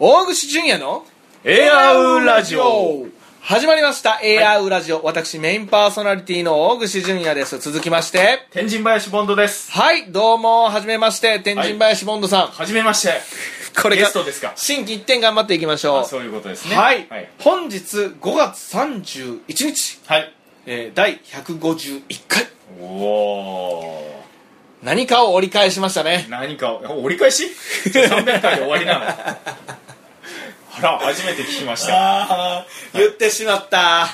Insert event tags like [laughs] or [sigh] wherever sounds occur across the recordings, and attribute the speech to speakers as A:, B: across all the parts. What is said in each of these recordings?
A: 大串淳也の
B: エアウラジオ
A: 始まりましたエアウラジオ、私メインパーソナリティの大串淳也です続きまして
B: 天神林ボンドです
A: はいどうもはじめまして天神林ボンドさん、
B: はじめまして
A: これ
B: ゲ
A: が
B: ストですか
A: 心機一転頑張っていきましょ
B: あ
A: う
B: そういうことですね
A: はい、
B: はい、
A: 本日5月31日、
B: はい、
A: えー第151回
B: おお
A: 何かを折り返しましたね
B: 何かを折り返し ?300 回で終わり [laughs] なのあら初めて聞きました
A: ああ言ってしまった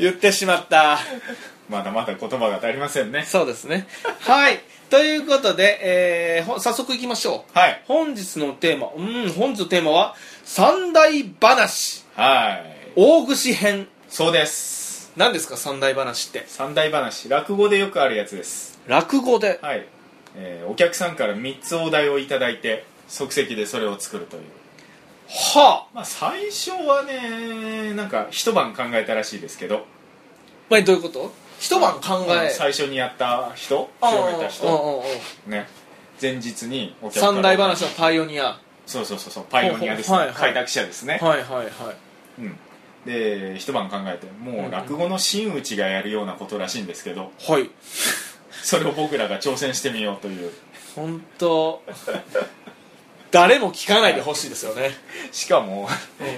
A: 言ってしまった
B: まだまだ言葉が足りませんね
A: そうですねはいということで、えーほ早速いきましょう
B: はい
A: 本日のテーマうん本日のテーマは三大話
B: はい
A: 大串編
B: そうです
A: 何ですか三大話って
B: 三大話落語でよくあるやつです
A: 落語で
B: はい、えーお客さんから3つお題をいただいて即席でそれを作るという
A: はあ
B: まあ最初はねなんか一晩考えたらしいですけど
A: まあどういうこと一晩考
B: あの
A: え
B: 最初にやった人
A: あ
B: 広めた人
A: うんうんうん
B: ね前日にお客から
A: 三大話のパイオニアは
B: そうそうそうそうパイオニアですね、
A: ほうほうはいはい
B: 開拓者ですね
A: い、はいはい
B: うん、で一晩考えて
A: ん
B: も
A: う
B: うん落語の真打ちがやるようなことらしいんですけど
A: はい
B: それを僕らが挑戦してみようという
A: 本当誰も聞かないでほ [laughs] しいですよね
B: しか [laughs] も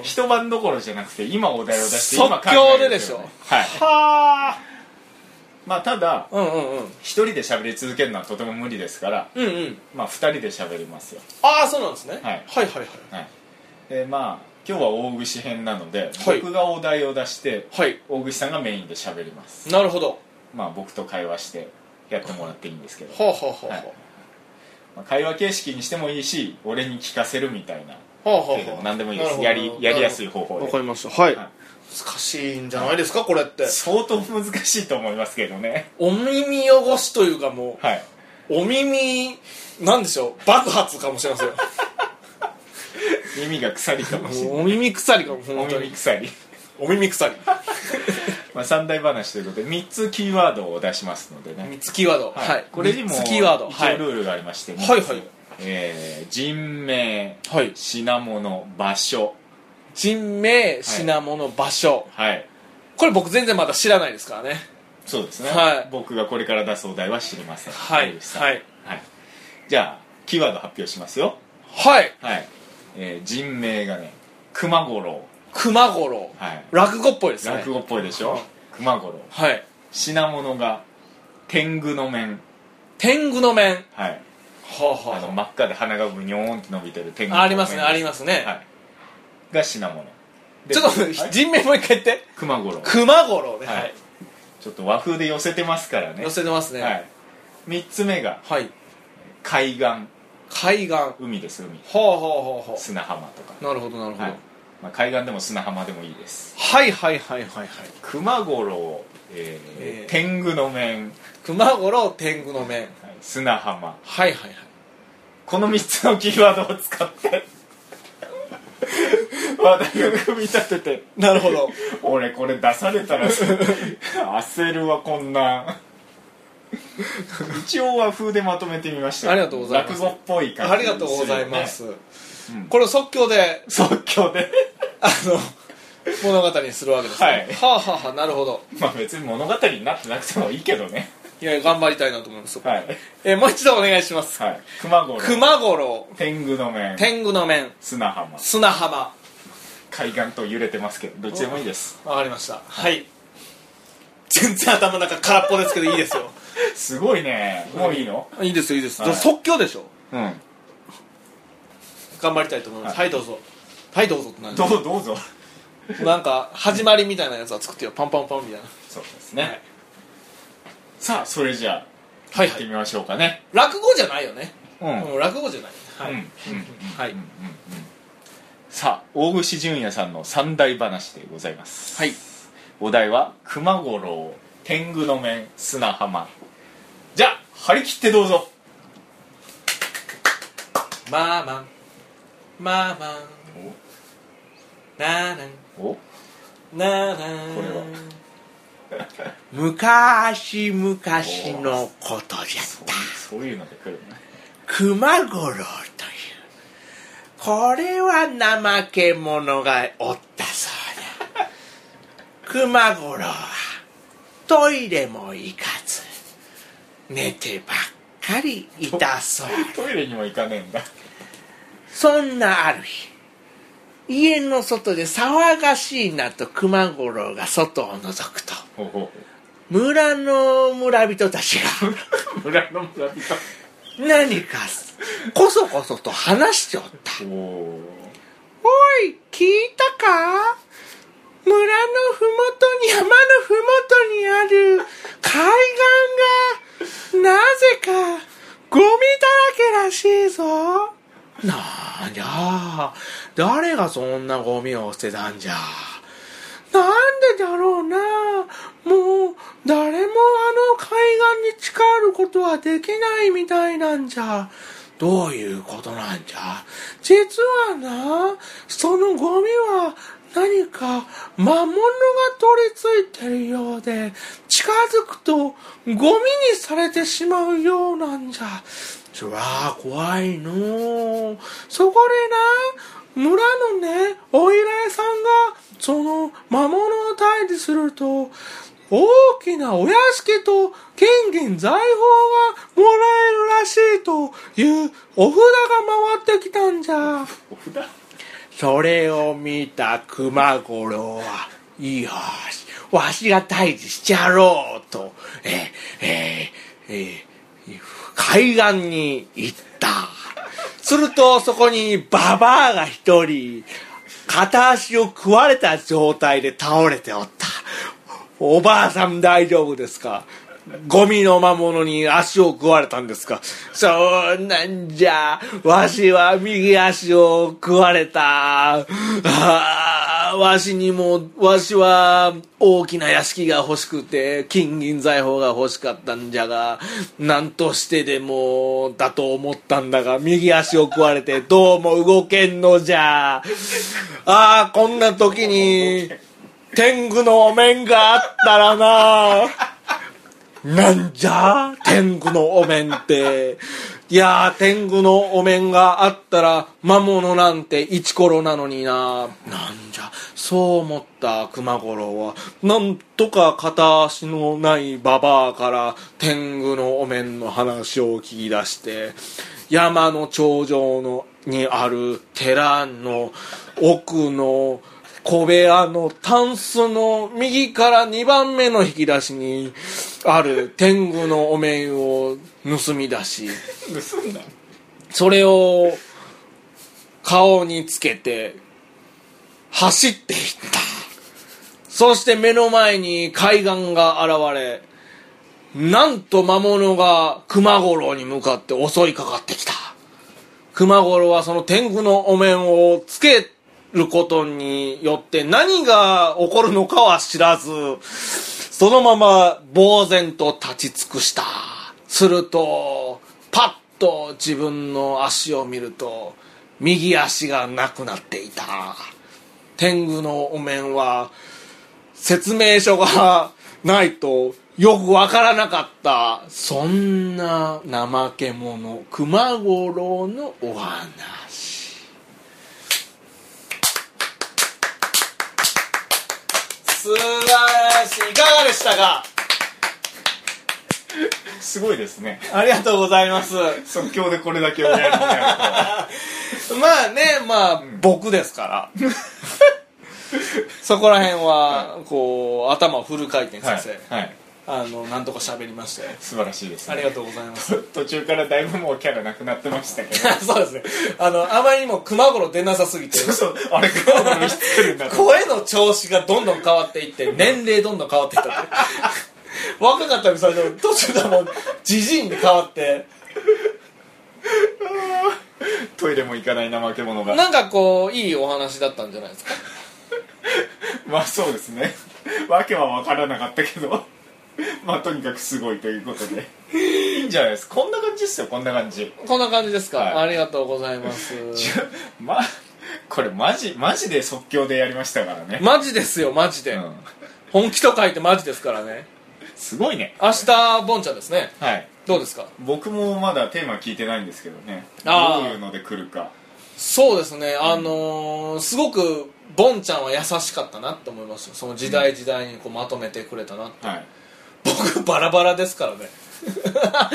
B: 一晩どころじゃなくて今お題を出して今
A: 即興で
B: る
A: でしょ
B: はい
A: はあ
B: まあただ
A: うんうんうん
B: 一人で喋り続けるのはとても無理ですから
A: うんうん
B: まあ二人で喋りますよ
A: ああそうなんですね、
B: はい
A: はいはいはい
B: はいでまあ今日は大串編なので、
A: はい
B: 僕がお題を出して
A: はい
B: 大串さんがメインで喋ります
A: なるほど
B: まあ僕と会話してやってもらっていいんですけど、
A: はあはあはあは
B: はいまあ、会話形式にしてもいいし俺に聞かせるみたいな
A: あはあは
B: け
A: あ
B: ど
A: はあ
B: 何でもいいで
A: なる
B: す
A: ほど
B: やりやりやすい方
A: な
B: 法
A: るほど
B: で
A: わかりましたはい
B: はい
A: 難しいんじゃないですかこれって
B: 相当難しいと思いますけどね
A: お耳汚しというかも
B: はい、
A: うお耳なんでしょう爆発かもしれませんよ
B: 耳が腐りかもし
A: [laughs]
B: れ
A: も
B: ないう
A: お耳腐りかも
B: お
A: 本当
B: 耳
A: に
B: 腐り
A: お耳腐り
B: まあ三大話ということで3つキーワードを出しますのでね
A: 三つキーワードはい
B: これにも
A: 三つキーワード
B: 一
A: はい
B: 応ルールがありまして、
A: はいはい
B: えー人名
A: はい
B: 品物場所
A: 人名品物場所
B: はい
A: これ僕全然まだ知らないですからね
B: そうですね、
A: はい
B: 僕がこれから出すお題は知りません
A: はい
B: さん
A: は
B: はい
A: い
B: じゃあキーワード発表しますよ
A: はい
B: はい、えー人名がね熊五郎
A: 熊五郎
B: はい
A: 落語っぽいですね
B: 落語っぽいでしょ熊五郎
A: はい
B: 品物が天狗の面
A: 天狗の面
B: はい
A: はあ
B: あの
A: は
B: 真っ赤で鼻がブニョーンって伸びてる天狗の面
A: あありますねありますね、
B: はい、が品物で
A: ちょっと
B: はい
A: 人名もう一回言って
B: 熊五郎
A: 熊五郎ねはい、
B: はいちょっと和風で寄せてますからね
A: 寄せてますね
B: は
A: はい、
B: い、3つ目が海岸
A: 海岸は
B: 海です海
A: あはあはあは
B: 砂浜とか
A: あ、なるほどなるほど、
B: はいまあ、海岸でも砂浜でもいいです
A: はい、はいはいはいはい
B: 熊五郎、えー
A: えー
B: 天狗の面、
A: 熊五郎天狗の面
B: はい砂浜
A: はいはいはい
B: この3つのキーワードを使って
A: [laughs]
B: 話題を組み立てて
A: なるほど
B: 俺これ出されたら焦るわこんな一応和風でまとめてみました
A: ありがとうございます
B: 落語っぽい感
A: [laughs]
B: じ
A: ありがとうございます、
B: るよねうん
A: これを即興です
B: よね即興で
A: あの物語にするわけですね、
B: はい
A: はあ、はあはあ、なるほど
B: まあ別に物語になってなくてもいいけどね
A: いや頑張りたいなと思います、
B: はい
A: えーもう一度お願いします
B: はい熊五郎
A: 熊五郎
B: 天狗の面
A: 天狗の面
B: 砂浜
A: 砂浜
B: 海岸と揺れてますけどどっちでもいいです
A: わかりましたはい全然頭の中空っぽですけどいいです [laughs] よ
B: すごいねもういいの
A: いいですよいいです、
B: はい
A: 即興でしょ
B: うん
A: 頑張りたいと思いますは、
B: はい
A: どうぞはいどうぞってなん
B: ど
A: か
B: うどうぞ
A: なんか始まりみたいなやつは作ってよパンパンパンみたいな
B: そうですね、さあそれじゃ
A: は
B: あ
A: い
B: やっ
A: は
B: て
A: い
B: みましょうかね
A: 落語じゃないよね、
B: うんうん
A: もう落語じゃないはい、
B: うん
A: はい
B: さあ大串淳也さんの三大話でございます、
A: はい
B: お題は「熊五郎天狗の面砂浜」じゃあ張り切ってどうぞ
A: まあまあまあまあなあなん
B: お
A: なあなん
B: これは
A: [laughs] 昔々のことじゃ
B: そうそういうので来るね
A: 熊五郎というこれは怠け者がおったそうだ熊五郎はトイレも行かず寝てばっかりいたそうだ
B: [laughs] トイレにも行かねえんだ
A: そんなある日家の外で騒がしいなと熊五郎が外を覗くと
B: ほうほ
A: 村の村人たちが
B: う村の村人
A: 何かこそこそと話しておった
B: おお
A: おい聞いたか村のふもとに山のふもとにある海岸がなぜかゴミだらけらしいぞなんじゃ誰がそんなゴミを捨てたんじゃなんでだろうなもう誰もあの海岸に近寄ることはできないみたいなんじゃどういうことなんじゃ実はなそのゴミは何か魔物が取り付いてるようで近づくとゴミにされてしまうようなんじゃそりゃあ怖いのうそこでな村のねお依頼さんがその魔物を退治すると大きなお屋敷と金銀財宝がもらえるらしいというお札が回ってきたんじゃ
B: お札
A: それを見た熊五郎は「よしわしが退治しちゃろう」とえーえーえー海岸に行ったするとそこにババアが一人片足を食われた状態で倒れておったおばあさん大丈夫ですかゴミの魔物に足を食われたんですかそうなんじゃ。わしは右足を食われた。ああわしにも、わしは大きな屋敷が欲しくて、金銀財宝が欲しかったんじゃが、なんとしてでも、だと思ったんだが、右足を食われてどうも動けんのじゃ。ああ、こんな時に、天狗のお面があったらななんじゃ天狗のお面って。いやー、天狗のお面があったら、魔物なんて一コロなのにな。なんじゃ、そう思った熊五郎は、なんとか片足のないババアから天狗のお面の話を聞き出して、山の頂上のにある寺の奥の小部屋のタンスの右から2番目の引き出しにある天狗のお面を盗み出し
B: 盗んだ
A: それを顔につけて走っていったそして目の前に海岸が現れなんと魔物が熊五郎に向かって襲いかかってきた熊五郎はその天狗のお面をつけることによって何が起こるのかは知らずそのまま呆然と立ち尽くしたするとパッと自分の足を見ると右足がなくなっていた天狗のお面は説明書がないとよくわからなかったそんな怠け者熊五郎のお話素晴らしいいかがでしたか
B: すごいですね
A: ありがとうございますま
B: 即興でこれだけをやるのや
A: あねまあ、僕ですから [laughs] そこら辺はこう頭をフル回転
B: るとは
A: さ
B: い
A: せ、、
B: はい、
A: あのなんとか喋りましたよ
B: 素晴らしいです、
A: あ
B: ね、
A: りがとうございます
B: 途中からだいぶもうキャラなくなってましたけど
A: [laughs] そうですねあのあまりにも熊五郎出なさすぎ [laughs] て
B: そうあれから見つけるんだと
A: 声の調子がどんどん変わっていって年齢どんどん変わっていったって [laughs] 若かったのに最初途中でもうじじいに変わって
B: トイレも行かない怠け者が
A: なんかこういいお話だったんじゃないですか
B: [laughs] まあそうですねわけは分からなかったけど [laughs] まあとにかくすごいということでいいんじゃないですかこんな感じですよこんな感じ [laughs]
A: こんな感じですか、
B: はい
A: ありがとうござい [laughs] ます
B: ちゅまこれマジマジで即興でやりましたからね、
A: マジですよマジで、
B: うん、
A: 本気と書いてマジですからね
B: すごいね
A: 明日ボンちゃんですね
B: はい
A: どうですか
B: 僕もまだテーマ聞いてないんですけどね
A: あー
B: どういうので来るか
A: そうですねあのーすごくボンちゃんは優しかったなって思いますよその時代時代にこうまとめてくれたな
B: はい
A: 僕バラバラですからね [laughs]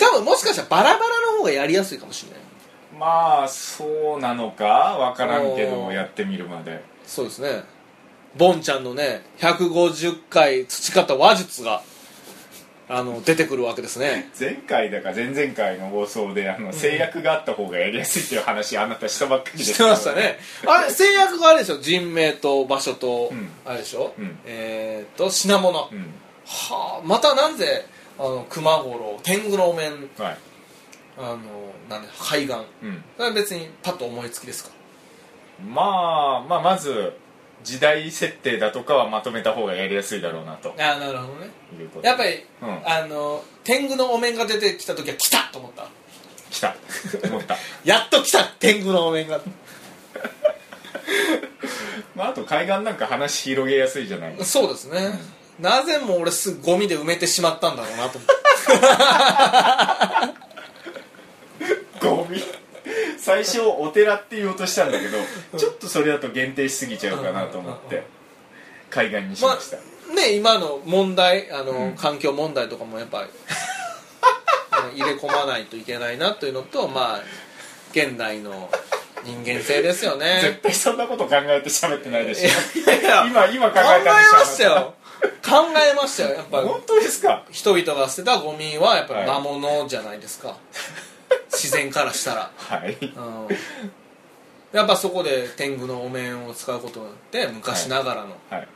A: 多分もしかしたらバラバラの方がやりやすいかもしれない
B: まあそうなのかわからんけ
A: お
B: ど
A: ー
B: やってみるまで
A: そうですねボンちゃんのね150回培った話術があの出てくるわけです [laughs] ね
B: 前回だか前々回の放送であの制約があった方がやりやすいっていう話あなたしたばっかりで
A: し
B: すけ
A: て
B: ど
A: ましたねあれ制約があれでしょ人名と場所と、
B: うん
A: あれでしょ、
B: うん
A: えーっと品物、
B: うん
A: はあまたなんぜあの熊五郎天狗のお面
B: はい
A: あのなんで肺がん
B: うん
A: それは別にパッと思いつきですか
B: まあまあまず時代設定だとかはまとめた方がやりやすいだろうなと
A: ああなるほどね
B: いうこと
A: やっぱり、
B: うん
A: あの天狗のお面が出てきた時は来たと思った
B: 来た思 [laughs] った、
A: やっと来た天狗のお面が
B: まあ、あと海岸なんか話広げやすいじゃない
A: そうですね、なぜもう俺すぐゴミで埋めてしまったんだろう
B: [laughs]
A: なと思って
B: ゴミ最初お寺って言おうとしたんだけどちょっとそれだと限定しすぎちゃうかなと思って海岸にしました、
A: ね今の問題あの、
B: うん
A: 環境問題とかもやっぱりね
B: [laughs]
A: 入れ込まないといけないなというのとまあ現代の人間性ですよ
B: 絶
A: ね
B: 対そんなこと考えて喋ってないでしょ
A: いやいや
B: 今今考
A: 考
B: えたん
A: え
B: でしょ
A: ましたよ考えましたよやっぱり
B: 本当ですか
A: 人々が捨てたゴミはやっぱり
B: は
A: 魔
B: い
A: 物じゃないですか、 [laughs] 自然からしたら
B: はい
A: うんやっぱそこで天狗のお面を使うことによって昔ながらの、
B: はい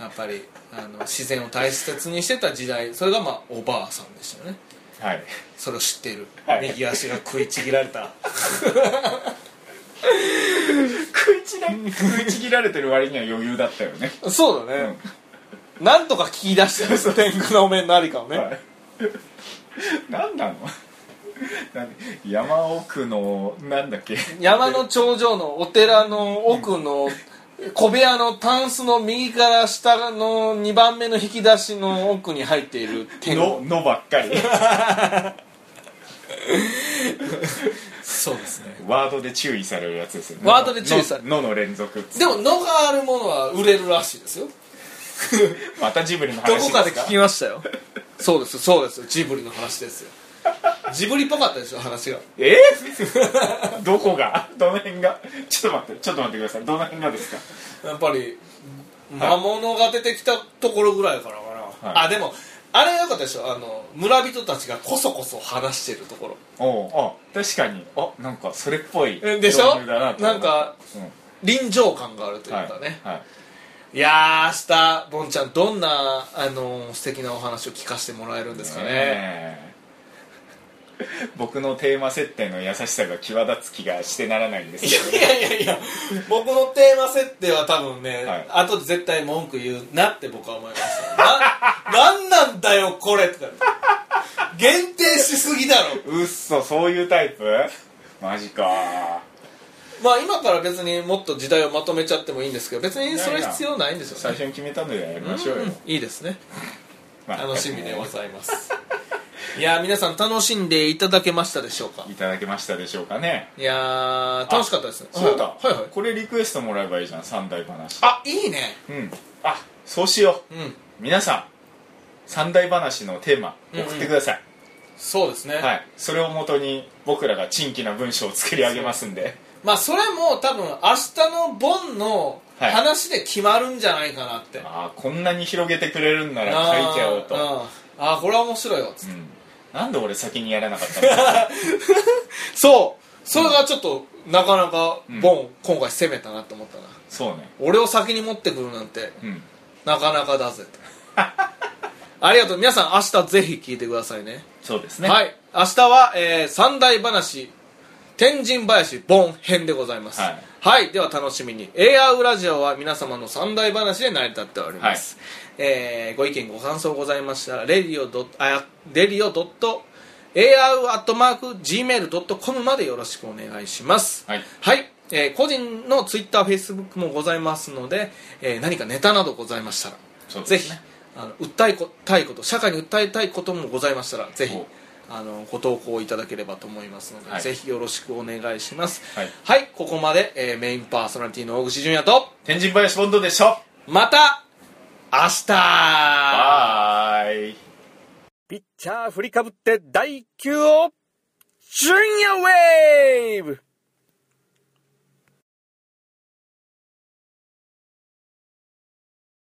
A: やっぱりあの自然を大切にしてた時代それがまあおばあさんでしたよね
B: はい
A: それを知っている、
B: はい
A: 右足が食いちぎられ
B: [laughs]
A: た
B: 食いちぎら食いちぎられてる割には余裕だったよね
A: そうだね、なんとか聞き出したんですよ天狗のお面のありかをね、
B: はい何なのなん山奥のなんだっけ
A: 山の頂上のお寺の奥の小部屋のタンスの右から下の2番目の引き出しの奥に入っている天
B: の
A: 狗
B: のばっかり
A: そうですね
B: ワードで注意されるやつですよね
A: ワードで注意される
B: ののの連続
A: でも「の」があるものは売れるらしいですよ
B: またジブリの話
A: ど
B: です
A: こ
B: か
A: かで聞きましたよそうですそうですジブリの話ですよジブリっぽかったでしょ話が
B: えどこがどの辺がちょっと待ってちょっと待ってくださいどの辺がですか
A: やっぱり魔物が出てきたところぐらいからかな、
B: はい
A: あでもあれよかったでしょあの村人たちがこそこそ話してるところ
B: おうあ確かにあなんかそれっぽい
A: でしょ
B: 導入だなと
A: なんか
B: うん
A: 臨場感があるというかね、
B: はいはい
A: い、やー明日ボンちゃんどんな、あのー素敵なお話を聞かせてもらえるんですかね
B: ねえ僕のテーマ設定の優しさが際立つ気がしてならないんですけど
A: いやいやいや僕のテーマ設定は多分ね、
B: はい
A: 後で絶対文句言うなって僕は思いますな [laughs] なんなんだよこれって限定しすぎだろ
B: うっそそういうタイプマジか
A: まあ今から別にもっと時代をまとめちゃってもいいんですけど別にそれ必要ないんですよ
B: 最
A: ね
B: 初に決めたのでやりましょうよ、
A: うんいいですね
B: まあ
A: 楽しみでございますいやー皆さん楽しんでいただけましたでしょうか
B: いただけましたでしょうかね
A: いやー楽しかったですね
B: そうだ、
A: はいはい
B: これリクエストもらえばいいじゃん三大話
A: あいいね
B: うんあそうしよう
A: うん
B: 皆さん三大話のテーマ
A: うんうん
B: 送ってください、
A: そうですね、
B: はいそれをもとに僕らが珍奇な文章を作り上げますんで
A: まあそれも多分明日のボンの話で決まるんじゃないかなって、
B: ああこんなに広げてくれるんなら
A: あー
B: 書いちゃおうと、
A: んあーこれは面白いよつって
B: うんなんで俺先にやらなかった
A: [laughs]
B: んだ
A: そうそれがちょっとなかなか
B: うん
A: ボン、今回攻めたなと思ったな
B: そうね
A: 俺を先に持ってくるなんて
B: うん
A: なかなかだ
B: [laughs]
A: ぜとありがとう皆さん明日ぜひ聞いてくださいね
B: そうですね
A: はい明日は、えー三大話天神林ボン編でございます
B: はい、
A: はいでは楽しみに AR ラジオは皆様の三大話で成り立っております、えーご意見ご感想ございましたらレディオドットあレディオドット ar.gmail.com までよろしくお願いします
B: はい
A: えー個人の TwitterFacebook もございますので、えー何かネタなどございましたら
B: そうで
A: ぜ
B: す
A: ひ
B: ね
A: あの訴えこたいこと社会に訴えたいこともございましたらぜひ
B: お
A: あのご投稿いただければと思いますので、
B: はい
A: ぜひよろしくお願いします
B: はい
A: ここまで、えーメインパーソナリティの大串淳也と
B: 天神林ボンドでした
A: また明日
B: バイ
A: ピッチャー振りかぶって第9を、ジュニアウェーブ